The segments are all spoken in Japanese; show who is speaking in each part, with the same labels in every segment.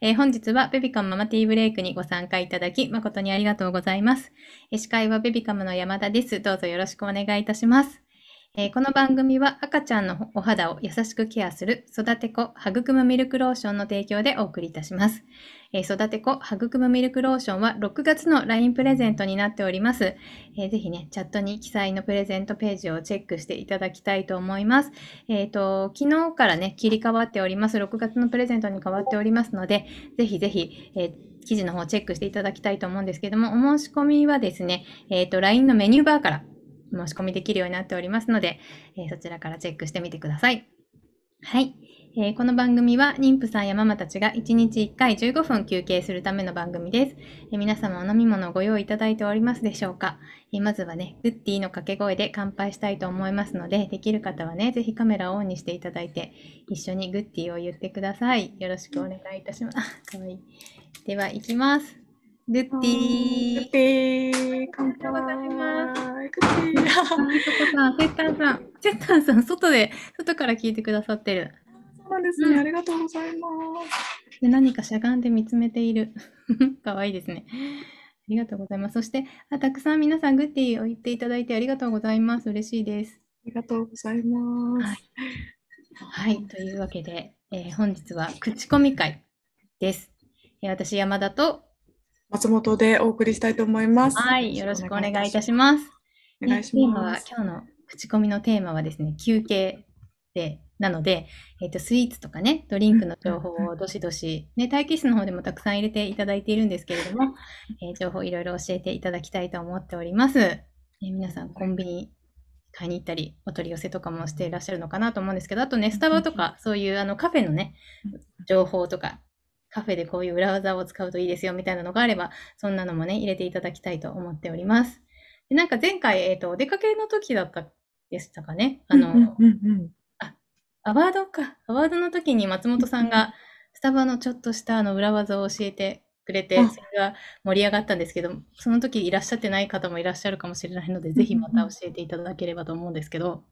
Speaker 1: えー本日はベビカムママティーブレイクにご参加いただき誠にありがとうございます。えー司会はベビカムの山田です。どうぞよろしくお願いいたします。えーこの番組は赤ちゃんのお肌を優しくケアする育て子育むミルクローションの提供でお送りいたします。えー育て子育むミルクローションは6月の LINE プレゼントになっております。えーぜひね、チャットに記載のプレゼントページをチェックしていただきたいと思います。えっ、と、昨日からね、切り替わっております。6月のプレゼントに変わっておりますので、ぜひぜひ、えー記事の方チェックしていただきたいと思うんですけども、お申し込みはですね、えっ、と、LINE のメニューバーから申し込みできるようになっておりますので、えーそちらからチェックしてみてください。はい。えーこの番組は妊婦さんやママたちが1日1回15分休憩するための番組です。えー皆様お飲み物をご用意いただいておりますでしょうかえーまずはね、グッディの掛け声で乾杯したいと思いますので、できる方はね、ぜひカメラをオンにしていただいて、一緒にグッディを言ってください。よろしくお願いいたします。かわいい。では、いきます。グッディー。
Speaker 2: ティー、乾杯。
Speaker 1: あ
Speaker 2: グッティー。
Speaker 1: いとこさん、セッターさん、セッターさん、外で、外から聞いてくださってる。
Speaker 2: そうなんです
Speaker 1: うん
Speaker 2: ね。ありがとうございます。
Speaker 1: で何かしゃがんで見つめている。 かわいいですね。ありがとうございます。そして、あたくさん皆さん、グッディーを言っていただいてありがとうございます。嬉しいです。
Speaker 2: ありがとうございます。
Speaker 1: はいはい、というわけで、えー本日は口コミ会です。えー私、山田と、
Speaker 2: 松本でお送りしたいと思います。
Speaker 1: はい、よろしくお願いいたします。
Speaker 2: お願いし
Speaker 1: ねテーマは
Speaker 2: ます。
Speaker 1: 今日の口コミのテーマはですね休憩でなので、えっとスイーツとかねドリンクの情報をどしどし、ね、待機室の方でもたくさん入れていただいているんですけれど も、えー情報いろいろ教えていただきたいと思っております、えー皆さんコンビニ買いに行ったりお取り寄せとかもしていらっしゃるのかなと思うんですけどあとねスタバとかそういうあのカフェのね情報とかカフェでこういう裏技を使うといいですよみたいなのがあればそんなのもね入れていただきたいと思っておりますでなんか前回、えっとお出かけの時だったでしたかねあの、
Speaker 2: うんうんうん
Speaker 1: アワードかアワードの時に松本さんがスタバのちょっとしたあの裏技を教えてくれて
Speaker 2: あ
Speaker 1: それが盛り上がったんですけどその時いらっしゃってない方もいらっしゃるかもしれないのでぜひまた教えていただければと思うんですけど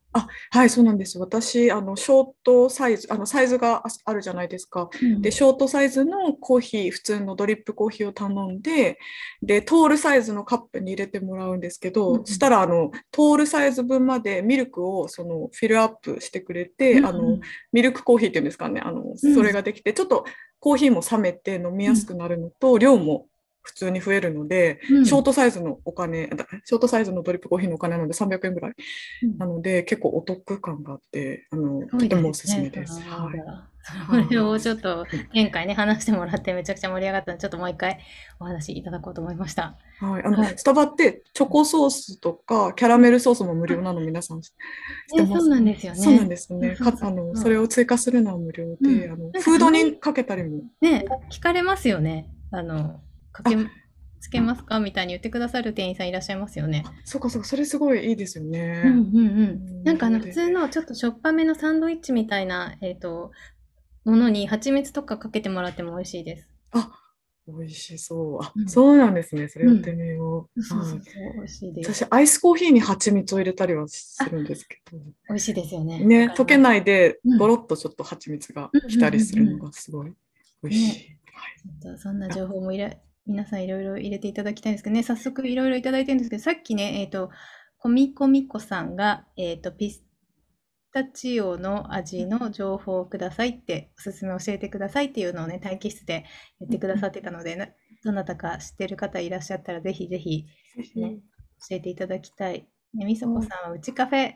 Speaker 2: はい、そうなんです。私、あのショートサイズ、あのサイズがああるじゃないですか。で、ショートサイズのコーヒー、普通のドリップコーヒーを頼んで、で、トールサイズのカップに入れてもらうんですけ
Speaker 1: う
Speaker 2: ど、
Speaker 1: んうん
Speaker 2: したら、あの、トールサイズ分までミルクを、その、フィルアップしてくれて、あの、ミルクコーヒーっていうんですかね、あの、
Speaker 1: ん
Speaker 2: それができて、ちょっとコーヒーも冷めて飲みやすくなるのと、量も普通に増えるので、ショー
Speaker 1: ト
Speaker 2: トサイズのお金、だショートサイズのドリップコーヒーのお金なので300円ぐらいなので、結構お得感があって、あの、とてもおすすめです。はい
Speaker 1: それをちょっと前回ね話してもらってめちゃくちゃ盛り上がったのでちょっともう一回お話いただこうと思いました。
Speaker 2: はい、あの、
Speaker 1: はい
Speaker 2: スタバってチョコソースとかキャラメルソースも無料なの皆さん知知って
Speaker 1: え
Speaker 2: ます
Speaker 1: そうなんですよね
Speaker 2: そうなんですね。
Speaker 1: そうそ
Speaker 2: か
Speaker 1: うそう
Speaker 2: あ
Speaker 1: う
Speaker 2: の
Speaker 1: ん
Speaker 2: それを追加するのは無料で、
Speaker 1: うん
Speaker 2: あの
Speaker 1: か
Speaker 2: フードにかけたりも。
Speaker 1: ね聞かれますよね。あの、かけ、つけますかみたいに言ってくださる店員さんいらっしゃいますよね。
Speaker 2: あそうかそうかそれすごいいいですよね。
Speaker 1: うんうんうん。
Speaker 2: ん
Speaker 1: なんかあの、
Speaker 2: そう
Speaker 1: 普
Speaker 2: です
Speaker 1: 通のちょっとしょっぱめのサンドイッチみたいな、えっ、と、ものに蜂蜜とかかけてもらっても美味しいです。
Speaker 2: あ美味しそう。あ、
Speaker 1: うん
Speaker 2: そうなんですね。それやってみよう。
Speaker 1: そうそうそ
Speaker 2: はい
Speaker 1: う、美味しいです。
Speaker 2: 私アイスコーヒーに蜂蜜を入れたりはするんですけど、
Speaker 1: 美味しいですよね。
Speaker 2: ね溶け
Speaker 1: い。
Speaker 2: ないで
Speaker 1: うん
Speaker 2: ボロっとちょっと蜂蜜が来たりするのがすごい美味しい。
Speaker 1: ちょっとそんな情報もいら、皆さんいろいろ入れていただきたいんですけどね、早速いろいろいただいてるんですけど、さっきね、えっ、と、コミコミコさんが、えっ、と、ピスタチオの味の情報をくださいって、おすすめ教えてくださいっていうのをね、待機室で言ってくださってたので、などなたか知ってる方いらっしゃったら、ぜひぜひね教えていただきたい。ね、みそこさんはうちカフェ、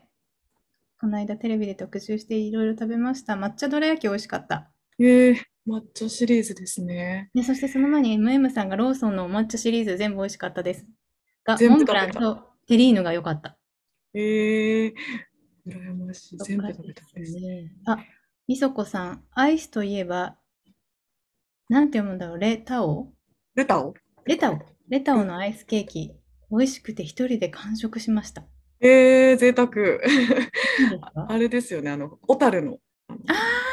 Speaker 1: この間テレビで特集していろいろ食べました。抹茶どら焼き美味しかった。
Speaker 2: ええ抹茶シリーズですね。
Speaker 1: で、そしてその前に MM さんがローソンのお抹茶シリーズ全部美味しかったです。が、
Speaker 2: 全
Speaker 1: モ
Speaker 2: 部
Speaker 1: ン
Speaker 2: 食
Speaker 1: ブ
Speaker 2: べた
Speaker 1: ランとテリーヌが良かった。
Speaker 2: ええ羨ましい。全部食べたんです。
Speaker 1: ね。あ、みそこさん、アイスといえば、なんて読むんだろう、レタオ
Speaker 2: ルタオ
Speaker 1: レタオレタオのアイスケーキ、美味しくて一人で完食しました。
Speaker 2: ええ贅沢。
Speaker 1: いいですか
Speaker 2: あれですよね、あの、小樽の、あの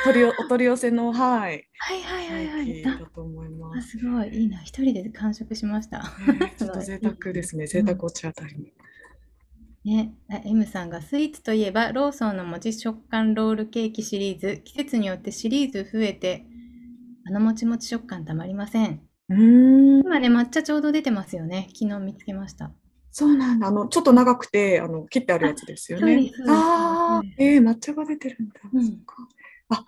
Speaker 2: 取りよお取り寄せの、はい、
Speaker 1: はいはいはいは
Speaker 2: ケー
Speaker 1: い。
Speaker 2: キ
Speaker 1: あ
Speaker 2: だと思いま
Speaker 1: あ、
Speaker 2: す。
Speaker 1: すごい、いいな。一人で完食しました。
Speaker 2: ええちょっと贅沢ですね、贅沢お茶あたりに。
Speaker 1: ね、あ M さんがスイーツといえばローソンの餅食感ロールケーキシリーズ季節によってシリーズ増えてあのもちもち食感たまりません。
Speaker 2: うーん。
Speaker 1: 今ね、抹茶ちょうど出てますよね。昨日見つけました。
Speaker 2: そうなんだ。あの、ちょっと長くて、あの、切ってあるやつですよ
Speaker 1: あそうで
Speaker 2: ね
Speaker 1: すそう。です
Speaker 2: ああ、えー、抹茶が出てるんだ。
Speaker 1: うん
Speaker 2: そっか。あ、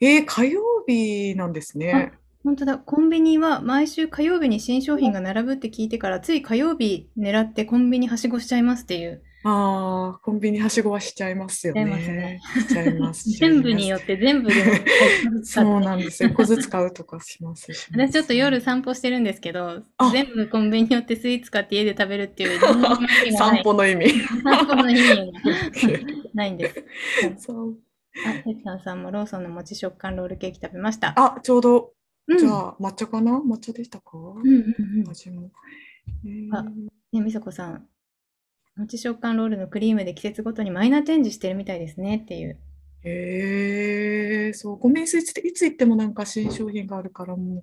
Speaker 2: えー、火曜日なんですね。
Speaker 1: 本当だ、コンビニは毎週火曜日に新商品が並ぶって聞いてから、つい火曜日狙ってコンビニはしごしちゃいますっていう。
Speaker 2: ああ、コンビニはしごはしちゃいますよ
Speaker 1: しちゃいますね
Speaker 2: ね。しちゃいます。
Speaker 1: 全部によ
Speaker 2: っ
Speaker 1: って全部で も
Speaker 2: そうなんです よ。一個ずつ買うとかしますし。
Speaker 1: 私ちょっと夜散歩してるんですけど
Speaker 2: あ、
Speaker 1: 全部コンビニ寄ってスイーツ買って家で食べるっていう、何の意味がな
Speaker 2: 散
Speaker 1: い。
Speaker 2: 歩の意味。
Speaker 1: 散歩の意味がないんです。
Speaker 2: そう
Speaker 1: あ、てっさんさんもローソンの餅食感ロールケーキ食べました。
Speaker 2: あ、ちょうど、
Speaker 1: うん
Speaker 2: じゃあ、抹茶かな抹茶でしたか
Speaker 1: うんうんうん。
Speaker 2: 味も。えー
Speaker 1: あね、みそこさん。餅食感ロールのクリームで季節ごとにマイナーチェンジしてるみたいですねっていう。
Speaker 2: へえ、そう、ごめんスイーツっていつ行ってもなんか新商品があるからも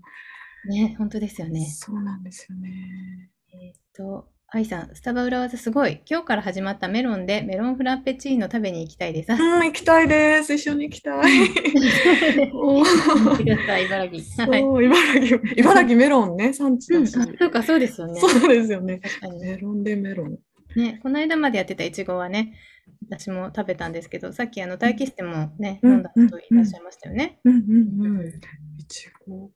Speaker 1: ね、本当ですよ
Speaker 2: う、
Speaker 1: ね。
Speaker 2: そうなんですよね。
Speaker 1: えっと、愛さん、スタバ裏技すごい。今日から始まったメロンでメロンフラペチーノ食べに行きたいです。あ
Speaker 2: うん、行きたいです。一緒に行きたい。
Speaker 1: 行
Speaker 2: お
Speaker 1: っ
Speaker 2: ー
Speaker 1: てください、茨城。はい。
Speaker 2: そう、茨城、茨城メロンね、産地
Speaker 1: うん、
Speaker 2: だ
Speaker 1: あ
Speaker 2: し。
Speaker 1: そうか、そうですよね。
Speaker 2: そうですよね。
Speaker 1: 確かにね。
Speaker 2: メロンでメロン。
Speaker 1: ね、この間までやってたいちごはね、私も食べたんですけど、さっきあの待機室もね、
Speaker 2: うん
Speaker 1: 飲んだ人いらっしゃいましたよね。
Speaker 2: うんうんうん。いちご。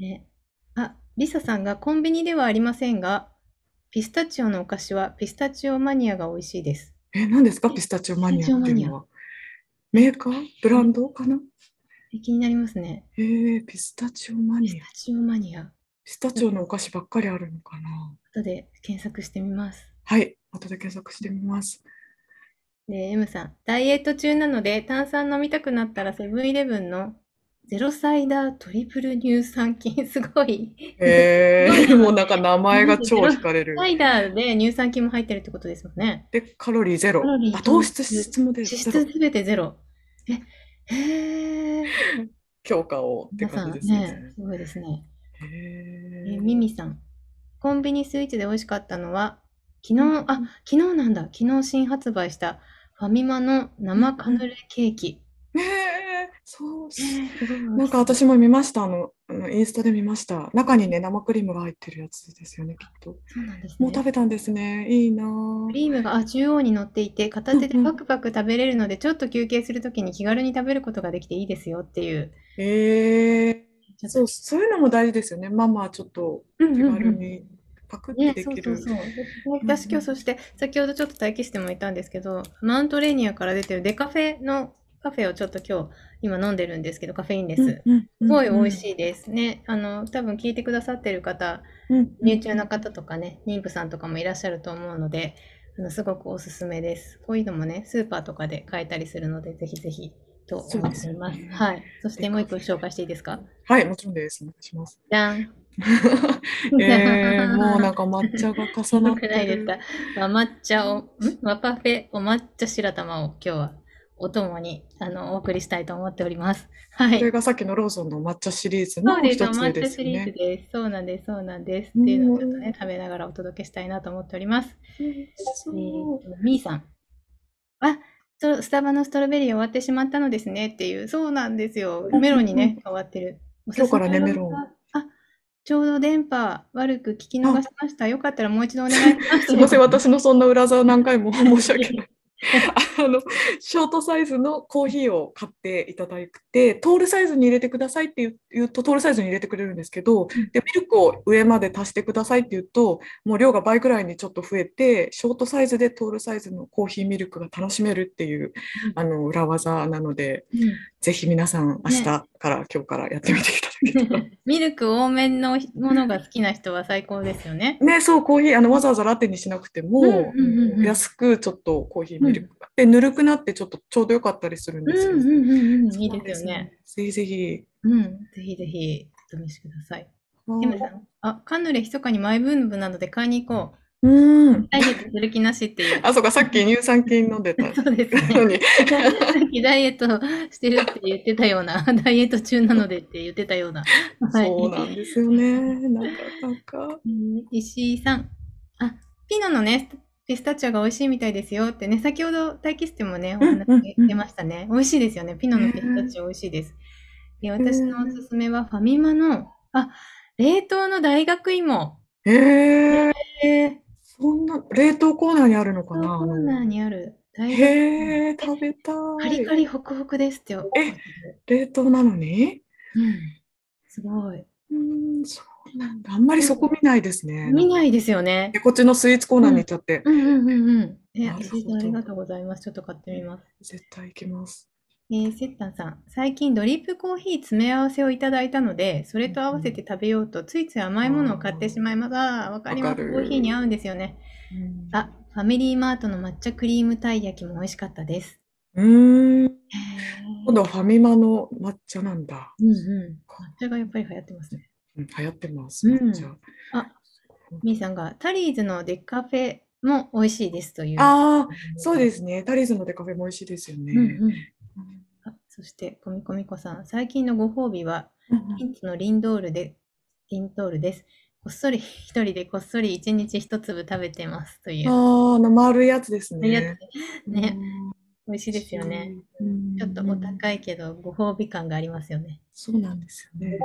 Speaker 1: ねあ、リサさんがコンビニではありませんが、ピスタチオのお菓子はピスタチオマニアが美味しいです。
Speaker 2: え、何ですかピスタチオマニアっていうのは。メーカーブランドかな
Speaker 1: 気になりますね。
Speaker 2: えー、ピスタチオマ
Speaker 1: ピス
Speaker 2: ニア
Speaker 1: タ。チオマニア。
Speaker 2: ピスタチオのお菓子ばっかりあるのかな
Speaker 1: 後で検索してみます。
Speaker 2: はい、後で検索してみます。
Speaker 1: で、M さん、ダイエット中なので炭酸飲みたくなったらセブンイレブンのゼロサイダートリプル乳酸菌すごい。
Speaker 2: えー、もうなんか名前が超惹かれる。
Speaker 1: サイダーで乳酸菌も入ってるってことですもんね。
Speaker 2: で、カロリーゼロ
Speaker 1: カロリ。ー
Speaker 2: あ、糖質、脂質も出る。
Speaker 1: 脂
Speaker 2: ゼ
Speaker 1: 質
Speaker 2: ロ
Speaker 1: すべてゼロ。え、へえ。
Speaker 2: 強化をって
Speaker 1: 皆さ
Speaker 2: 感
Speaker 1: ん
Speaker 2: じですね
Speaker 1: ね、。すごいですね。え
Speaker 2: へ
Speaker 1: ー、
Speaker 2: ー
Speaker 1: ミミさん。コンビニスイーツで美味しかったのは、昨日、あ、昨日なんだ。昨日新発売したファミマの生カヌレケーキ。
Speaker 2: ねえ、そう、
Speaker 1: すごい美
Speaker 2: な
Speaker 1: 味
Speaker 2: ん
Speaker 1: し
Speaker 2: か
Speaker 1: そう
Speaker 2: 私も見ました。あの、うんインスタで見ました。中にね、生クリームが入ってるやつですよね、きっと。
Speaker 1: そうなんです
Speaker 2: もう
Speaker 1: ね。
Speaker 2: 食べたんですね。いいな
Speaker 1: ク
Speaker 2: ぁ。
Speaker 1: リームがあ中央に乗っていて、片手で
Speaker 2: うんうん
Speaker 1: パクパク食べれるので、ちょっと休憩するときに気軽に食べることができていいですよっていう。
Speaker 2: ええ、
Speaker 1: ちょっと
Speaker 2: そう、そういうのも大事ですよね。ママはちょっと
Speaker 1: うん
Speaker 2: 手
Speaker 1: うんう
Speaker 2: 軽
Speaker 1: ん
Speaker 2: にパクっ
Speaker 1: ね
Speaker 2: て、で
Speaker 1: そう
Speaker 2: き
Speaker 1: そう
Speaker 2: る。
Speaker 1: そう。私今日そして、先ほどちょっと待機室でも言ったんですけど、マウントレーニアから出てるデカフェのカフェをちょっと今日、今飲んでるんですけど、カフェインレス。す
Speaker 2: す
Speaker 1: ごい美味しいですね。あの、多分聞いてくださってる方、入中の方とかね、妊婦さんとかもいらっしゃると思うので、あのすごくおすすめです。こういうのもね、スーパーとかで買えたりするので、ぜひぜひと
Speaker 2: そう
Speaker 1: 思っ
Speaker 2: で
Speaker 1: て
Speaker 2: す
Speaker 1: い
Speaker 2: よね
Speaker 1: ます。はい。そしてもう一個紹介していいですか
Speaker 2: はい、もちろんです。お願いします。
Speaker 1: じゃん。
Speaker 2: えー、もうなんか抹茶が重な
Speaker 1: よ
Speaker 2: っ
Speaker 1: く
Speaker 2: て
Speaker 1: ないです
Speaker 2: る。
Speaker 1: か。和抹茶を、ん和パフェ、お抹茶白玉を今日はお供にあのお送りしたいと思っております。は
Speaker 2: これ
Speaker 1: い。
Speaker 2: がさっきのローソンの抹茶シリーズ
Speaker 1: そ
Speaker 2: の
Speaker 1: うで
Speaker 2: 一
Speaker 1: す。お
Speaker 2: つ
Speaker 1: 抹茶
Speaker 2: です
Speaker 1: シ
Speaker 2: よ
Speaker 1: リーズ
Speaker 2: ね。
Speaker 1: です。そうなんです。そうなんです。
Speaker 2: うん
Speaker 1: っていうのをちょっとね、食べながらお届けしたいなと思っております。えー
Speaker 2: そ
Speaker 1: と、みーさん。あ、そうスタバのストロベリー終わってしまったのですねっていう。そうなんですよ。メロンに
Speaker 2: うんうん
Speaker 1: ね、変わってる。おすす
Speaker 2: 今日から
Speaker 1: め
Speaker 2: ね
Speaker 1: の
Speaker 2: メロン
Speaker 1: あ、ちょうど電波悪く聞き逃しました。よかったらもう一度お願いします。
Speaker 2: うすいません、私のそんな裏技を何回も申し訳ない。あのショートサイズのコーヒーを買っていただいて、トールサイズに入れてくださいって言う言うと、トールサイズに入れてくれるんですけど、でミルクを上まで足してくださいって言うと、もう量が倍くらいにちょっと増えて、ショートサイズでトールサイズのコーヒーミルクが楽しめるっていうあの裏技なので、
Speaker 1: うん
Speaker 2: ぜひ皆さん、明日から、今日からやってみていただけたら。
Speaker 1: ミルク多めのものが好きな人は最高ですよね。
Speaker 2: ね、そう、コーヒー、あの、わざわざラテにしなくても、
Speaker 1: うんうんうんうん
Speaker 2: 安くちょっとコーヒーミルクが、で、ぬるくなってちょっとちょうどよかったりするんですよ。
Speaker 1: うんい
Speaker 2: そ
Speaker 1: いうですよね。。
Speaker 2: ぜひぜひ。
Speaker 1: うん、ぜひぜひお試しください。エムさん、あ、カヌレ密かにマイブームなので買いに行こう。
Speaker 2: うん。
Speaker 1: ダイエットする気なしって いう。
Speaker 2: あ、そうか、さっき乳酸菌飲んでた
Speaker 1: そうです
Speaker 2: の
Speaker 1: ね。
Speaker 2: に。
Speaker 1: さっきダイエットしてるって言ってたような、 ダイエット中なのでって言ってたような。 はい
Speaker 2: そうなんですよね。なかなか。
Speaker 1: うん石井さん。あ、ピノのね、ピスタチオが美味しいみたいですよってね、先ほど待機室でもね、お話
Speaker 2: うんうんうん
Speaker 1: 出ましたね。美味しいですよね。ピノのピスタチオ美味しいです。で、私のおすすめはファミマの、あ、冷凍の大学芋。
Speaker 2: ええ
Speaker 1: えー、
Speaker 2: そんな、冷凍コーナーにあるのか
Speaker 1: コ
Speaker 2: な
Speaker 1: ーナーにある大学芋。
Speaker 2: へえ、食べた
Speaker 1: カリカ
Speaker 2: い。
Speaker 1: リホクホクですって。え、
Speaker 2: 冷凍なのに
Speaker 1: うん。すごい。
Speaker 2: うん、そうなんだ。あんまりそこ見ないですね。
Speaker 1: 見ないですよね。
Speaker 2: こっちのスイーツコーナーに行っちゃって、
Speaker 1: うんうんうんうん。え、
Speaker 2: なるほど
Speaker 1: 教えてありがとうございます。ちょっと買ってみます。
Speaker 2: 絶対行きます。
Speaker 1: えー、セッタンさん、最近ドリップコーヒー詰め合わせをいただいたので、それと合わせて食べようと、ついつい甘いものを買ってしまいます。あーわかりま
Speaker 2: わか
Speaker 1: す。
Speaker 2: る
Speaker 1: コーヒーに合うんですよね。あ、ファミリーマートの抹茶クリームたい焼きも美味しかったです。
Speaker 2: うん。
Speaker 1: へー
Speaker 2: 今度はファミマの抹茶なんだ。
Speaker 1: うんうん。抹茶がやっぱり流行ってますね。
Speaker 2: うん、流行ってます。
Speaker 1: うん
Speaker 2: 抹茶。
Speaker 1: あみーさんが、タリーズのデカフェも美味しいですという。
Speaker 2: ああ、そうですね。タリズムでカフェも美味しいですよね。
Speaker 1: うんうん。あそして、コミコミコさん、最近のご褒美は、ピンチのリンドールで、リンドールです。こっそり一人でこっそり一日一粒食べてますという。
Speaker 2: ああ、あの丸いやつです
Speaker 1: やつ
Speaker 2: ね。
Speaker 1: ね
Speaker 2: うん
Speaker 1: 美味しいですよね。。
Speaker 2: うん
Speaker 1: ちょっとお高いけど、ご褒美感がありますよね。
Speaker 2: そうなんですよね。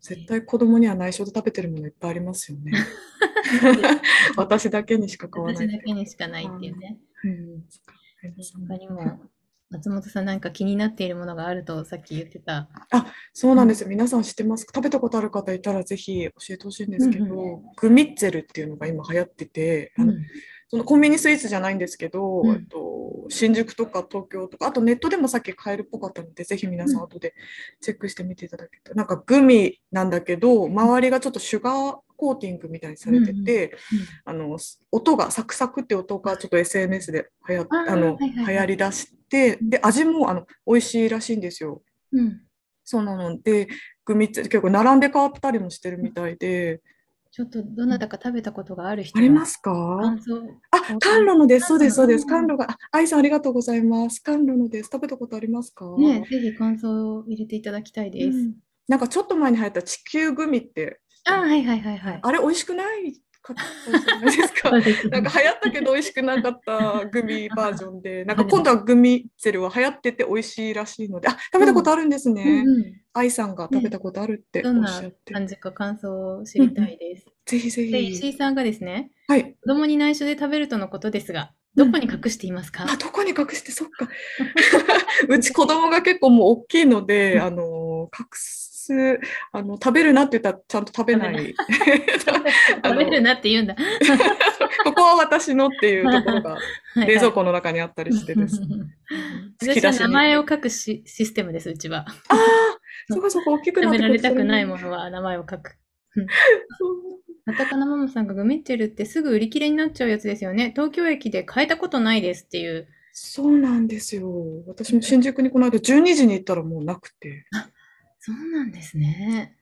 Speaker 2: 絶対子供には内緒で食べてるものいっぱいありますよね。私だけにしか買わな
Speaker 1: 私
Speaker 2: い。
Speaker 1: だけにしかないっていうね。うん
Speaker 2: 皆さん
Speaker 1: 他にも、松本さんなんか気になっているものがあるとさっき言ってた。
Speaker 2: そうなんですよ。皆さん知ってますか食べたことある方いたらぜひ教えてほしいんですけど、
Speaker 1: うんう
Speaker 2: グミッツェルっていうのが今流行ってて、あの
Speaker 1: うん
Speaker 2: そのコンビニスイーツじゃないんですけど、
Speaker 1: うん
Speaker 2: えっと、新宿とか東京とか、あとネットでもさっき買えるっぽかったので、ぜひ皆さん後でチェックしてみていただけたら、なんかグミなんだけど、周りがちょっとシュガーコーティングみたいにされてて、あの音がサクサクって音がちょっと SNS で流行っ
Speaker 1: あー
Speaker 2: あの、
Speaker 1: はいはいはい
Speaker 2: 流行りだして、で味もあの美味しいらしいんですよ。
Speaker 1: うん
Speaker 2: そうなので、グミって結構並んで買ったりもしてるみたいで。
Speaker 1: ちょっとどなたか食べたことがある人
Speaker 2: ありますすか
Speaker 1: 感想。
Speaker 2: あ、甘露のです。そうです、そうです。
Speaker 1: 甘
Speaker 2: 甘露が。あ、愛さんありがとうございます。甘露のです。食べたことありますか
Speaker 1: ね、ぜひ感想を入れていただきたいです。
Speaker 2: うんなんかちょっと前に流行った地球グミって、
Speaker 1: あ、はいはいはいはい。
Speaker 2: あれ美味しくないかったじゃないです か。なんか流行ったけど美味しくなかったグミバージョ ンで、なんか今度はグミゼルは流行ってて美味しいらしいので、あ、食べたことあるんですね
Speaker 1: うん。うん
Speaker 2: 愛さんが食べたことあるって
Speaker 1: ど
Speaker 2: お
Speaker 1: ん
Speaker 2: っし
Speaker 1: な
Speaker 2: ゃって、
Speaker 1: 感じか感想を知りたいです。
Speaker 2: ぜひぜ
Speaker 1: で、石
Speaker 2: ひ。
Speaker 1: 井さんがですね、
Speaker 2: はい。
Speaker 1: 子供に内緒で食べるとのことですが、どこに隠してい ますか、
Speaker 2: あ、どこに隠して、そっ か。うち子供が結構もう大きい ので、あの、隠す、あの、食べるなって言ったらちゃんと食べない。
Speaker 1: 食べるなって言うんだ。
Speaker 2: ここは私のっていうところが
Speaker 1: はい
Speaker 2: 冷蔵庫の中にあったりしてです。引き
Speaker 1: 私は
Speaker 2: 出しに
Speaker 1: 名前を書くシシステムです、うちは。
Speaker 2: ああ、そこそこ大きくな
Speaker 1: 食べ
Speaker 2: って
Speaker 1: られたくない
Speaker 2: ん。
Speaker 1: ものは名前を書く。
Speaker 2: そう
Speaker 1: またかなママさんがグミッチェルってすぐ売り切れになっちゃうやつですよね。東京駅で買えたことないですっていう。
Speaker 2: そうなんですよ。私も新宿にこの間12時に行ったらもうなくて、
Speaker 1: そうなんですね。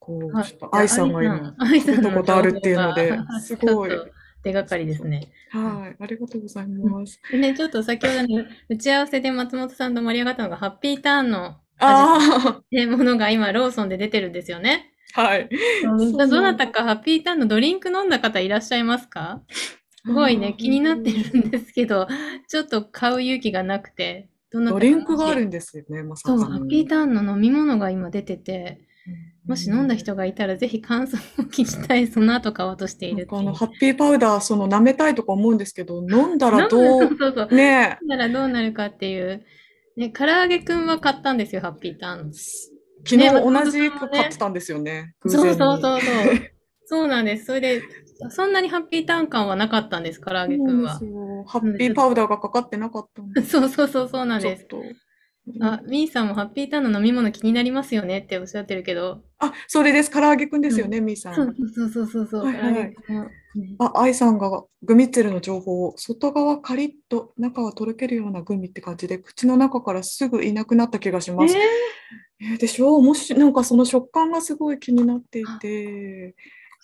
Speaker 2: こ
Speaker 1: は
Speaker 2: う、
Speaker 1: い
Speaker 2: ちょっと愛さんが今、
Speaker 1: 愛さ
Speaker 2: 食
Speaker 1: ん
Speaker 2: べ
Speaker 1: の
Speaker 2: たことあるっていうので
Speaker 1: 情報が、
Speaker 2: すごい
Speaker 1: ちょっ。と手がかりですね。
Speaker 2: はい、ありがとうございます。
Speaker 1: でね、ちょっと先ほどの打ち合わせで松本さんと盛り上がったのが、ハッピーターンの味
Speaker 2: あ
Speaker 1: ってものが今、ローソンで出てるんですよね。
Speaker 2: あ、はい。そう
Speaker 1: どなたかハッピーターンのドリンク飲んだ方いらっしゃいますかすごい
Speaker 2: あ
Speaker 1: ね、
Speaker 2: ー
Speaker 1: 気になってるんですけど、ちょっと買う勇気がなくて、どなた
Speaker 2: ド
Speaker 1: か
Speaker 2: リンクがあ
Speaker 1: もし
Speaker 2: るんですよね、まさ
Speaker 1: そう、
Speaker 2: か
Speaker 1: ハッピーターンの飲み物が今出てて、もし飲んだ人がいたら、ぜひ感想を聞きたい、その後買おうとしてい
Speaker 2: な
Speaker 1: るっ
Speaker 2: ん
Speaker 1: て
Speaker 2: か
Speaker 1: い
Speaker 2: あ
Speaker 1: う
Speaker 2: のハッピーパウダー、その舐めたいとか思うんですけど、飲んだらど
Speaker 1: そう
Speaker 2: う、
Speaker 1: そうそう。
Speaker 2: ね
Speaker 1: ならどうなるかっていう。ね、唐揚げくんは買ったんですよ、ハッピーターンの
Speaker 2: え。、昨
Speaker 1: ね
Speaker 2: 日
Speaker 1: 松本さん
Speaker 2: 同じ
Speaker 1: もね
Speaker 2: く買ってたんですよね、偶
Speaker 1: そう
Speaker 2: 然
Speaker 1: そう
Speaker 2: に
Speaker 1: そうそう。 そうなんです。それで、そんなにハッピーターン感はなかったんです、唐揚げく
Speaker 2: そうんなん
Speaker 1: は
Speaker 2: です。よハッピーパウダーがかかってなかったんで、
Speaker 1: そうそうそう、そうなん
Speaker 2: ちょ
Speaker 1: で
Speaker 2: っ
Speaker 1: す。
Speaker 2: と。
Speaker 1: あ、みーさんもハッピーターンの飲み物気になりますよねっておっしゃってるけど。
Speaker 2: あ、それです。唐揚げくんですよね、みーさ
Speaker 1: そ
Speaker 2: ん
Speaker 1: う。そうそうそうそう。
Speaker 2: はいはい
Speaker 1: 唐揚げくんもね
Speaker 2: あ、愛さんがグミッツェルの情報を、外側カリッと、中はとろけるようなグミって感じで、口の中からすぐいなくなった気がし
Speaker 1: え
Speaker 2: ます。えーでしょもし、なんかその食感がすごい気になっていて、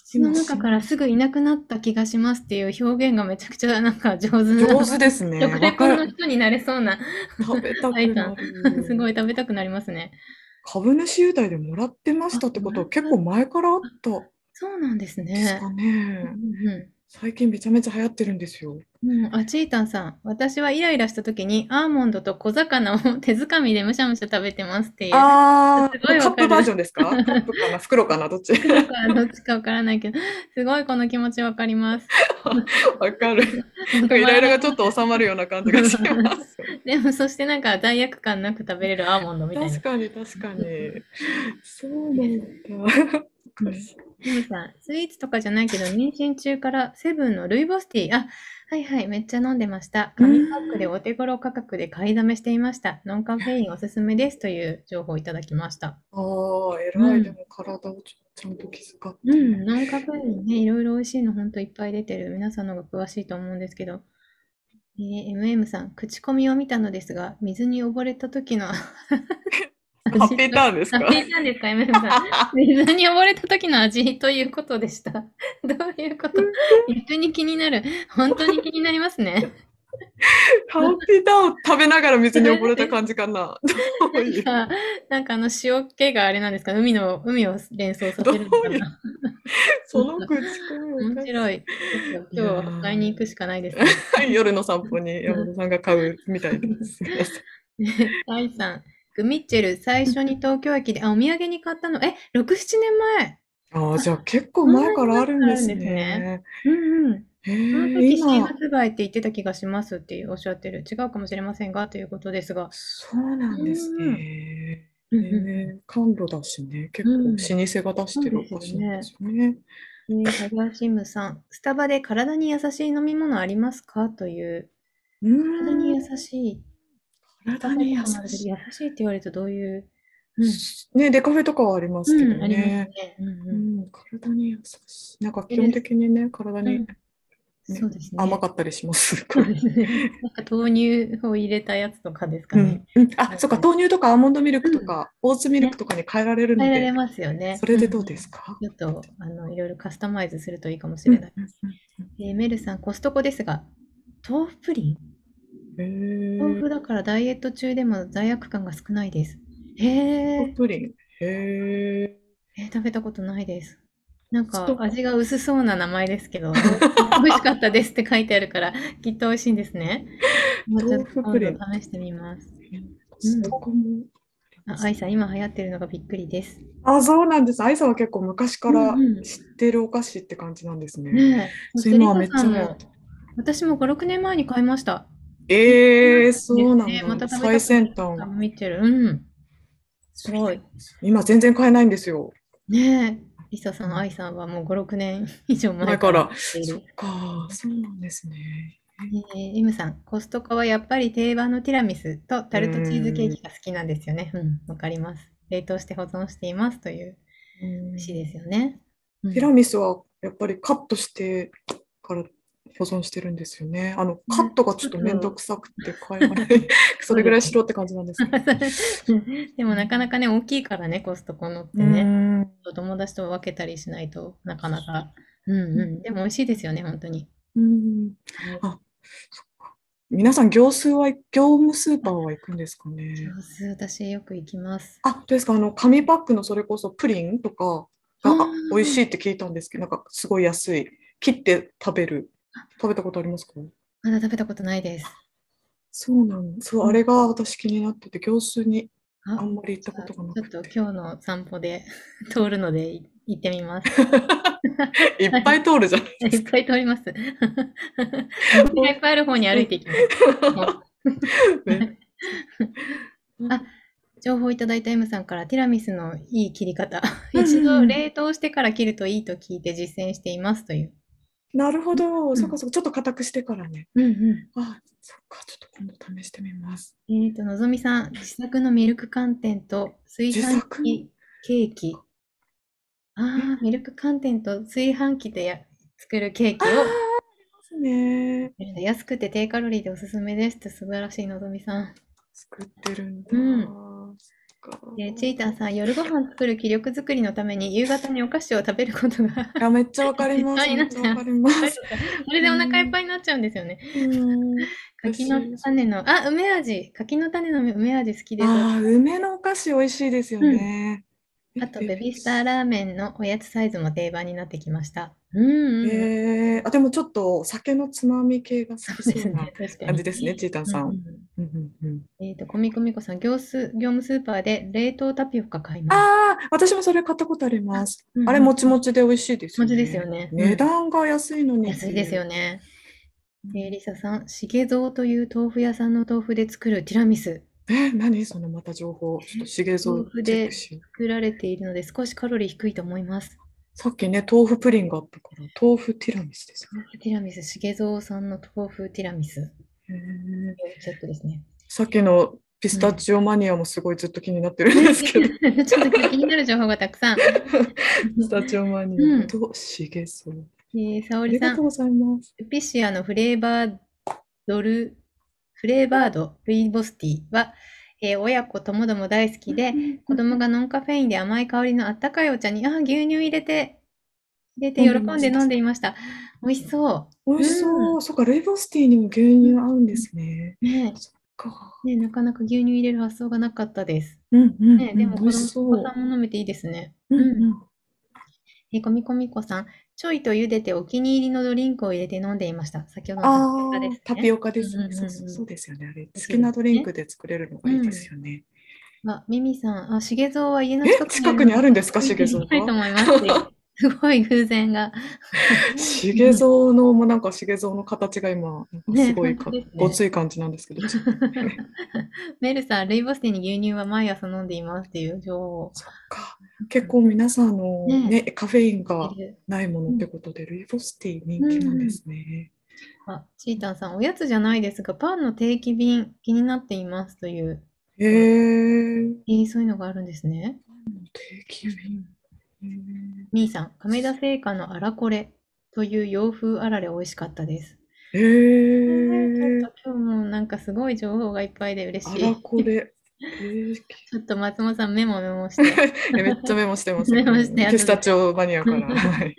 Speaker 1: 口の中からすぐいなくなった気がしますっていう表現がめちゃくちゃなんか上手な。
Speaker 2: 上手です ね。
Speaker 1: 食レ
Speaker 2: わ
Speaker 1: ポ
Speaker 2: か
Speaker 1: の
Speaker 2: る。
Speaker 1: 人になれそうな。
Speaker 2: 食べたく
Speaker 1: 愛さ
Speaker 2: なんる。
Speaker 1: すごい食べたくなりますね。
Speaker 2: 株主優待でもらってましたってことは
Speaker 1: あ
Speaker 2: 結構前からあったん
Speaker 1: そうなんです
Speaker 2: です
Speaker 1: ね。
Speaker 2: か
Speaker 1: うん
Speaker 2: ね。
Speaker 1: うん
Speaker 2: 最近めちゃめちゃ流行ってるんですよ。
Speaker 1: うん、あ、チータンさん、私はイライラした時にアーモンドと小魚を手づかみでむしゃむしゃ食べてますっていう。
Speaker 2: あ
Speaker 1: すごい
Speaker 2: ー、カ
Speaker 1: わ
Speaker 2: ッ
Speaker 1: かる
Speaker 2: プバージョンで すかカップかな袋かなどっち
Speaker 1: どっちかどっちかわからないけど、すごいこの気持ちわかります。
Speaker 2: わかる。 なんかイライラがちょっと収まるような感じがします。
Speaker 1: でも、そしてなんか罪悪感なく食べれるアーモンドみたいな。
Speaker 2: 確かに確かに。そうなんだ。
Speaker 1: でもさ、スイーツとかじゃないけど、妊娠中からセブンのルイボスティー、あ、はいはい、めっちゃ飲んでました。紙パックでお手頃価格で買いだめしていました。ノンカフェインおすすめですという情報をいただきました。
Speaker 2: ああ、偉
Speaker 1: うん
Speaker 2: い。でも体をちちゃんと気遣って。
Speaker 1: うん、ノンカフェインね、いろいろ美味しいのほんといっぱい出てる。皆さんの方が詳しいと思うんですけど。えー MM さん、口コミを見たのですが、水に溺れた時の
Speaker 2: ハッピーターンです
Speaker 1: ハ
Speaker 2: か
Speaker 1: ッピーターンですか、MM さん。 水に溺れた時の味ということでした。ど ういう こと本当に気になる。 本当に気になりますね。
Speaker 2: ハッピーターンを食べながら水に溺れた感じかな。 どういう
Speaker 1: なんか、なんかあの塩気があれなんですか海の、海を連想させるのか
Speaker 2: どういう
Speaker 1: な
Speaker 2: その口コ ミ
Speaker 1: 面白い。ちょっと今日は買いに行くしかないですね。
Speaker 2: い。夜の散歩に山田さんが買うみたいです。すみません
Speaker 1: タイさん、グミッチェル、最初に東京駅で、あ、お土産に買ったの、え、6、7年前。
Speaker 2: ああ、じゃあ結構前からあるんですね。
Speaker 1: うんうん。
Speaker 2: へ
Speaker 1: その
Speaker 2: え、
Speaker 1: 時、新
Speaker 2: 今、
Speaker 1: 発売って言ってた気がしますっていうおっしゃってる。違うかもしれませんが、ということですが。
Speaker 2: そうなんですね。
Speaker 1: うんうん
Speaker 2: ね甘露だしね、結構老舗が出してるお菓子なんですよね。
Speaker 1: えー、ハガシムさん、スタバで体に優しい飲み物ありますかという。
Speaker 2: う
Speaker 1: 体に
Speaker 2: ん、
Speaker 1: 優しい。スタ
Speaker 2: 体
Speaker 1: バ
Speaker 2: に
Speaker 1: で
Speaker 2: 優
Speaker 1: かもあるけど
Speaker 2: しい。
Speaker 1: 優しいって言われるとどういう。
Speaker 2: ね、デカフェとかはあります
Speaker 1: う
Speaker 2: け
Speaker 1: ん、
Speaker 2: ど
Speaker 1: うん、ありますね
Speaker 2: ね。。
Speaker 1: うん
Speaker 2: う
Speaker 1: うん
Speaker 2: ん、体に優しい。なんか基本的にね、体
Speaker 1: う
Speaker 2: に
Speaker 1: んそうですね。
Speaker 2: 甘かったりしま す。
Speaker 1: そうですね。なんか豆乳を入れたやつとかですか
Speaker 2: う
Speaker 1: ね
Speaker 2: ん。、うんあ、そっか、豆乳とかアーモンドミルクとか、オーツミルクとかに変えられるの
Speaker 1: 変えら
Speaker 2: で
Speaker 1: れ、ますよね。
Speaker 2: それでど
Speaker 1: ん
Speaker 2: うですか
Speaker 1: ちょっとあのいろいろカスタマイズするといいかもしれない。えーメルさん、コストコですが、豆腐プリン
Speaker 2: へ
Speaker 1: 豆
Speaker 2: ー
Speaker 1: 腐だからダイエット中でも罪悪感が少ないです。へ
Speaker 2: 豆
Speaker 1: え
Speaker 2: 腐、プリン。へー
Speaker 1: えー食べたことないです。なんか
Speaker 2: そう
Speaker 1: 味が薄そうな名前です けど、美味しかったですって書いてあるから、きっと美味しいんですね。もうちょっと
Speaker 2: 豆腐プリン
Speaker 1: 今度試してみます。
Speaker 2: そこも
Speaker 1: あ、愛さん、今流行ってるのがびっくりです。
Speaker 2: あ、そうなんです。アイさんは結構昔から
Speaker 1: うんうん
Speaker 2: 知ってるお菓子って感じなんですね。
Speaker 1: ねえ、
Speaker 2: そう今はめっち
Speaker 1: リコ
Speaker 2: ゃ
Speaker 1: さん
Speaker 2: 流行
Speaker 1: も
Speaker 2: ってる。
Speaker 1: 私も5、6年前に買いました。
Speaker 2: ええ、そうな
Speaker 1: ねま
Speaker 2: ん
Speaker 1: た
Speaker 2: だ。
Speaker 1: 食べたくなった
Speaker 2: 最先端。
Speaker 1: あ見てる。うん。すごい。
Speaker 2: 今全然買えないんですよ。
Speaker 1: ねえ。リサさん、愛さんはもう5、6年以上前
Speaker 2: 前から。
Speaker 1: やってい
Speaker 2: そ
Speaker 1: る
Speaker 2: っ。か、そうなんですね。
Speaker 1: えー、M さん、コストコはやっぱり定番のティラミスとタルトチーズケーキが好きなんですよね。うん、わかります。冷凍して保存していますという、美味しいですよね。うん
Speaker 2: ティラミスはやっぱりカットしてから保存してるんですよね。あのカットがちょっと面倒くさくて買えない。 それぐらいしろって感じなんですけど。
Speaker 1: でもなかなかね、大きいからね、コストコのって
Speaker 2: う
Speaker 1: ね。
Speaker 2: ん
Speaker 1: お友達と分けたりしないとなかなか。うんうん。でも美味しいですよね、本当に。
Speaker 2: うんあそっか皆さん業数は業務スーパーは行くんですかね。
Speaker 1: 上手、私よく行きます。
Speaker 2: あ、どうですか。あの紙パックのそれこそプリンとかがあ
Speaker 1: うん
Speaker 2: 美味しいって聞いたんですけど、なんかすごい安い。切って食べる。食べたことありますか。
Speaker 1: まだ食べたことないです。
Speaker 2: そうなん。そうあれが私気になってて業数に
Speaker 1: あ
Speaker 2: あんまり行ったことがな
Speaker 1: ちょ
Speaker 2: く
Speaker 1: って と。今日の散歩で 通るのでい行ってみます。
Speaker 2: いっぱい通るじゃん。
Speaker 1: いっぱい通り ます。道がいっぱいある方に歩いていきます。
Speaker 2: ね
Speaker 1: 情報いただいた M さんからティラミスのいい切り方。一度冷凍してから切るといいと聞いて実践していますという。
Speaker 2: なるほど、
Speaker 1: ん
Speaker 2: そっかそっか、ちょっと硬くしてからね。
Speaker 1: うんう
Speaker 2: あ、そっか、ちょっと今度試してみます。
Speaker 1: ん。えっ、と、のぞみさん、自作のミルク寒天と炊飯器ケーキ。ああ、ミルク寒天と炊飯器でや作るケーキを
Speaker 2: あーありますね。
Speaker 1: 安くて低カロリーでおすすめですって素晴らしいのぞみさん。
Speaker 2: 作ってるんだ。
Speaker 1: うん
Speaker 2: そっか
Speaker 1: で、チーターさん、夜ご飯作る気力作りのために夕方にお菓子を食べることが
Speaker 2: いや、めっちゃわかります。
Speaker 1: いっぱい
Speaker 2: め
Speaker 1: に
Speaker 2: っち
Speaker 1: なっちゃ
Speaker 2: ゃ
Speaker 1: う
Speaker 2: わかります。
Speaker 1: それでお腹いっぱいになっちゃうんですよね。
Speaker 2: うん
Speaker 1: 柿の
Speaker 2: 美味しい
Speaker 1: 種の、あ、梅味。柿の種の梅味好きです。
Speaker 2: ああ、梅のお菓子美味しいですよね。
Speaker 1: あと、ベビースターラーメンのおやつサイズも定番になってきました。うん、うん。
Speaker 2: えー、あでもちょっとお酒のつまみ系が好
Speaker 1: そう
Speaker 2: き
Speaker 1: で
Speaker 2: そ
Speaker 1: す
Speaker 2: うな
Speaker 1: ね。確か
Speaker 2: 感
Speaker 1: に
Speaker 2: じ。ですね、ちーたんさ
Speaker 1: うん
Speaker 2: ん。
Speaker 1: うん
Speaker 2: うんうんうん、
Speaker 1: えっと、コミコミコさん、業ス、業務スーパーで冷凍タピオカ買います。
Speaker 2: ああ、私もそれ買ったことあります。
Speaker 1: うんうん
Speaker 2: あれ、もちもちで美味しいですよ
Speaker 1: もち
Speaker 2: ね。
Speaker 1: ですよねうん
Speaker 2: 値段が安いのに。
Speaker 1: 安いですよ
Speaker 2: ね。
Speaker 1: ね。えー、リサさん、しげぞうという豆腐屋さんの豆腐で作るティラミス。
Speaker 2: え、何そのまた情報。ちょっとしげぞ
Speaker 1: 豆腐
Speaker 2: う
Speaker 1: で
Speaker 2: チェックしよう。
Speaker 1: 作られているので少しカロリー低いと思います。
Speaker 2: さっきね、豆腐プリンがあったから、豆腐ティラミスですね。
Speaker 1: 豆腐ティラミス、しげぞうさんの豆腐ティラミス。
Speaker 2: へー
Speaker 1: チェックですね。
Speaker 2: さっきのピスタチオマニアもすごいずっと気になってるんですけど、
Speaker 1: ちょっと気になる情報がたくさん。
Speaker 2: ピスタチオマニ
Speaker 1: うん
Speaker 2: アとしげぞう。
Speaker 1: えー、沙
Speaker 2: あ
Speaker 1: 織
Speaker 2: り
Speaker 1: さ
Speaker 2: が
Speaker 1: ん
Speaker 2: とう、ございます。
Speaker 1: ルピシアのフレーバードル、フレーバードルイボスティーは、えー親子ともども大好きで、子供がノンカフェインで甘い香りのあったかいお茶に、あー、牛乳入れて、入れて喜んで飲んでいました。美味しそ
Speaker 2: 美味しそう。そっか、レイボスティーにも牛乳合うんですね。
Speaker 1: う。ね
Speaker 2: そっか。
Speaker 1: えねえなかなか牛乳入れる発想がなかったです。
Speaker 2: うんうん、
Speaker 1: ねえでも
Speaker 2: うん
Speaker 1: 子
Speaker 2: 美
Speaker 1: 供、
Speaker 2: 味しそ
Speaker 1: お
Speaker 2: う
Speaker 1: 子。さんも飲めていいですね。
Speaker 2: うん
Speaker 1: うん
Speaker 2: うん。
Speaker 1: えー、こみこみこさん、ちょいと茹でてお気に入りのドリンクを入れて飲んでいました。先ほどのタピオカですね。
Speaker 2: タピオカです
Speaker 1: うんうん
Speaker 2: ね。
Speaker 1: うんう
Speaker 2: そ
Speaker 1: ん
Speaker 2: うそうそうですよね。あれ、
Speaker 1: す
Speaker 2: 好
Speaker 1: よね
Speaker 2: きなドリンクで作れるのがいいですよね。
Speaker 1: あ、ミミさん、あ、しげぞうは家の
Speaker 2: え、近くにあ
Speaker 1: る
Speaker 2: るんですか、
Speaker 1: の
Speaker 2: しげぞ
Speaker 1: 行きたいと
Speaker 2: う
Speaker 1: 思います。 すごい偶然が。
Speaker 2: しげぞうの、もうなんかしげぞうの形が今、なんかすごい
Speaker 1: ね本当
Speaker 2: か
Speaker 1: ですね
Speaker 2: ごつい感じなんですけど、ちょっと
Speaker 1: メルさん、ルイボスティーに牛乳は毎朝飲んでいますっていう情報を
Speaker 2: そっか。 結構皆さんあの、
Speaker 1: ね
Speaker 2: ね、カフェインが
Speaker 1: 得てる
Speaker 2: ないものってことで、ルイボスティー人気なんですね。
Speaker 1: あ、チータンさん、おやつじゃないですが、パンの定期便気になっていますという、
Speaker 2: へえ。
Speaker 1: えーそういうのがあるんですね。
Speaker 2: 定期便。へ
Speaker 1: ミーさん、亀田製菓のあらこれという洋風あられ美味しかったです。え
Speaker 2: え
Speaker 1: ーちょ。っと今日もなんかすごい情報がいっぱいで嬉
Speaker 2: あ
Speaker 1: し
Speaker 2: ら
Speaker 1: い。
Speaker 2: これ。定期
Speaker 1: ちょっと松本さんメモメモして。
Speaker 2: えめっちゃメモしてます。
Speaker 1: メモして
Speaker 2: ピスタチオマニアか
Speaker 1: 後
Speaker 2: ら。
Speaker 1: で
Speaker 2: はい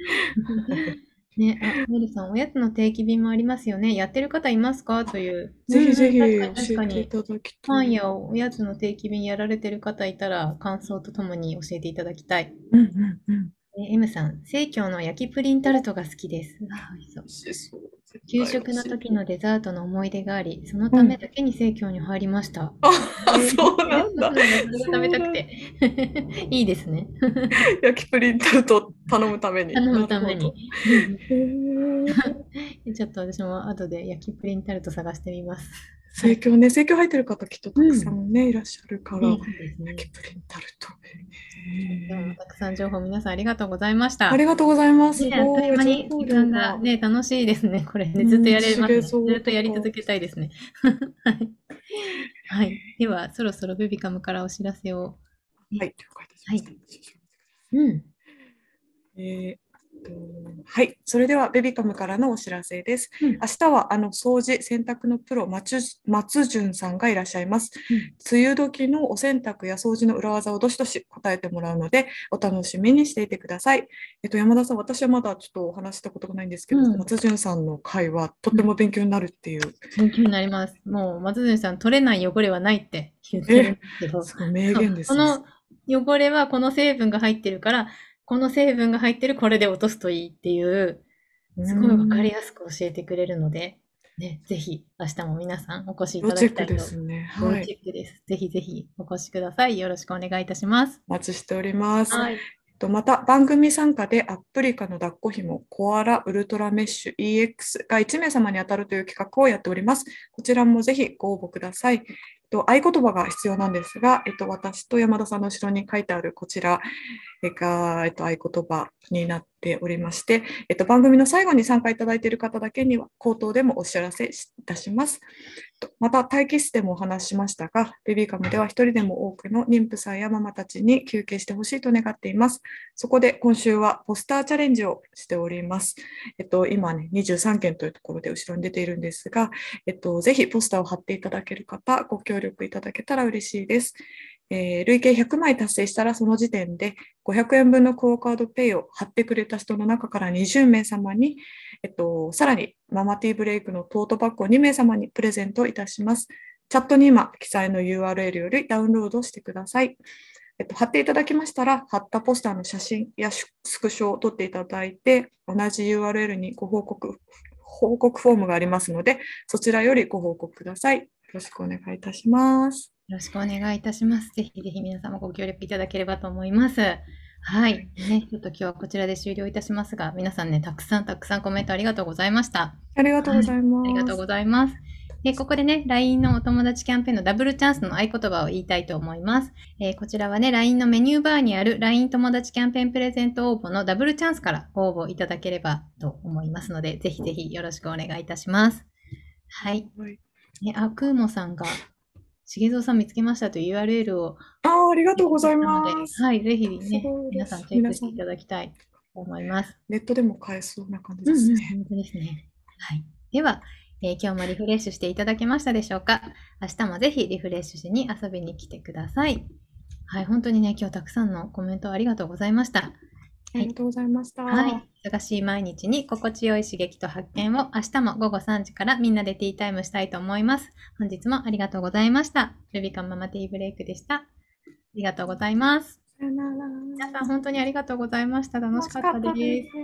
Speaker 1: ね、あ、メルさん、おやつの定期便もありますよね。やってる方いますかという。
Speaker 2: ぜひぜひ
Speaker 1: うんうん確かに確か
Speaker 2: 教えてい
Speaker 1: に。
Speaker 2: ただき
Speaker 1: パ
Speaker 2: た
Speaker 1: ン
Speaker 2: い。
Speaker 1: やおやつの定期便やられてる方いたら、感想とともに教えていただきたい。
Speaker 2: うんうんうん。
Speaker 1: え M さん、生協の焼きプリンタルトが好きです。うわ美味しそう
Speaker 2: 美味しそう
Speaker 1: 給食の時のデザートの思い出があり、そのためだけに生協に入りました。
Speaker 2: あ、そうなんだ。
Speaker 1: それが食べたくて。 いいですね。
Speaker 2: 焼きプリンタルト頼むために。
Speaker 1: 頼むために。
Speaker 2: へー。
Speaker 1: ちょっと私も後で焼きプリンタルト探してみます。
Speaker 2: 生協ね、生協入ってる方きっとたくさんね、いらっしゃるから。
Speaker 1: いいですね
Speaker 2: 焼きプリンタルト。
Speaker 1: 今日も
Speaker 2: へー
Speaker 1: たくさん情報皆さんありがとうございました。
Speaker 2: ありがとうございます。
Speaker 1: ねあっという間に
Speaker 2: すごい
Speaker 1: 時間が
Speaker 2: 情報量
Speaker 1: ね、楽しいですね、これね。
Speaker 2: うん
Speaker 1: ずっとやれますね。
Speaker 2: しげ
Speaker 1: ず
Speaker 2: そうとか
Speaker 1: っとやり続けたいですね。はい。はい。では、そろそろベビカムからお知らせを。
Speaker 2: はい、了解いたしました。
Speaker 1: うん。
Speaker 2: えーっとはい、それではベビカムからのお知らせです。
Speaker 1: うん
Speaker 2: 明日はあの掃除、洗濯のプロ松松潤さんがいらっしゃいます。
Speaker 1: うん
Speaker 2: 梅雨時のお洗濯や掃除の裏技をどしどし答えてもらうので、お楽しみにしていてください。えっと山田さん、私はまだちょっとお話ししたことがないんですけど、
Speaker 1: うん
Speaker 2: 松潤さんの会はとても勉強になるっていう、
Speaker 1: 勉強になります。もう、松潤さん、取れない汚れはないって言ってるんですけど。
Speaker 2: すごい名言です
Speaker 1: こ
Speaker 2: ね。
Speaker 1: の汚れはこの成分が入ってるから、この成分が入ってるこれで落とすといいっていう、すごいわかりやすく教えてくれるので、ね、ぜひ明日も皆さんお越しいた
Speaker 2: 要
Speaker 1: だ
Speaker 2: チェ
Speaker 1: き
Speaker 2: ッ
Speaker 1: た
Speaker 2: ク
Speaker 1: いと。
Speaker 2: ですね。
Speaker 1: 要
Speaker 2: はい、
Speaker 1: チェックです。ぜひぜひお越しください。よろしくお願いいたします。
Speaker 2: お待ちしております。
Speaker 1: い。
Speaker 2: えっとまた番組参加でアップリカの抱っこひもコアラウルトラメッシュ EX が1名様に当たるという企画をやっております。こちらもぜひご応募ください。えっと合言葉が必要なんですが、えっと、私と山田さんの後ろに書いてあるこちらが、えっと、合言葉になっておりまして、えっと、番組の最後に参加いただいている方だけには口頭でもお知らせいたします。とまた待機室でもお話ししましたが、ベビーカムでは一人でも多くの妊婦さんやママたちに休憩してほしいと願っています。そこで今週はポスターチャレンジをしております。えっと、今ね、23件というところで後ろに出ているんですが、えっと、ぜひポスターを貼っていただける方、ご協力いただけたら嬉しいです。えー累計100枚達成したらその時点で500円分のクオカードペイを貼ってくれた人の中から20名様に、えっと、さらにママティーブレイクのトートバッグを2名様にプレゼントいたします。チャットに今記載の URL よりダウンロードしてください。えっと、貼っていただきましたら、貼ったポスターの写真やスクショを撮っていただいて、同じ URL にご報告、報告フォームがありますので、そちらよりご報告ください。よろしくお願いいたします。
Speaker 1: よろしくお願いいたします。ぜひぜひ皆様ご協力いただければと思います。はい。ね、ちょっと今日はこちらで終了いたしますが、皆さんね、たくさんたくさんコメントありがとうございました。
Speaker 2: ありがとうございます。
Speaker 1: ありがとうございます。でここでね、LINE のお友達キャンペーンのダブルチャンスの合言葉を言いたいと思います。えーこちらはね、LINE のメニューバーにある LINE 友達キャンペーンプレゼント応募のダブルチャンスからご応募いただければと思いますので、ぜひぜひよろしくお願いいたします。はい。
Speaker 2: はい
Speaker 1: ね、あ、クーモさんが、しげぞうさん見つけましたという URL を
Speaker 2: あーありが
Speaker 1: あ
Speaker 2: とうございます。
Speaker 1: はい、ぜひね
Speaker 2: すごいで
Speaker 1: 皆
Speaker 2: す
Speaker 1: さんチェックしていただきたいと思います。
Speaker 2: ネットでも買えそうな感じ
Speaker 1: うん
Speaker 2: で
Speaker 1: うん
Speaker 2: すね。
Speaker 1: 本当ですね。はい。では、えー今日もリフレッシュしていただけましたでしょうか明日もぜひリフレッシュしに遊びに来てください。はい、本当にね、今日たくさんのコメントありがとうございました。
Speaker 2: ありがとうございました。
Speaker 1: はい。忙しい毎日に心地よい刺激と発見を明日も午後3時からみんなでティータイムしたいと思います。本日もありがとうございました。ルビカンママティーブレイクでした。ありがとうございます。
Speaker 2: さよなら。
Speaker 1: 皆さん本当にありがとうございました。楽しかった
Speaker 2: 楽
Speaker 1: です。
Speaker 2: す。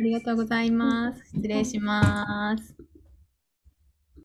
Speaker 1: ありがとうございます。失礼します。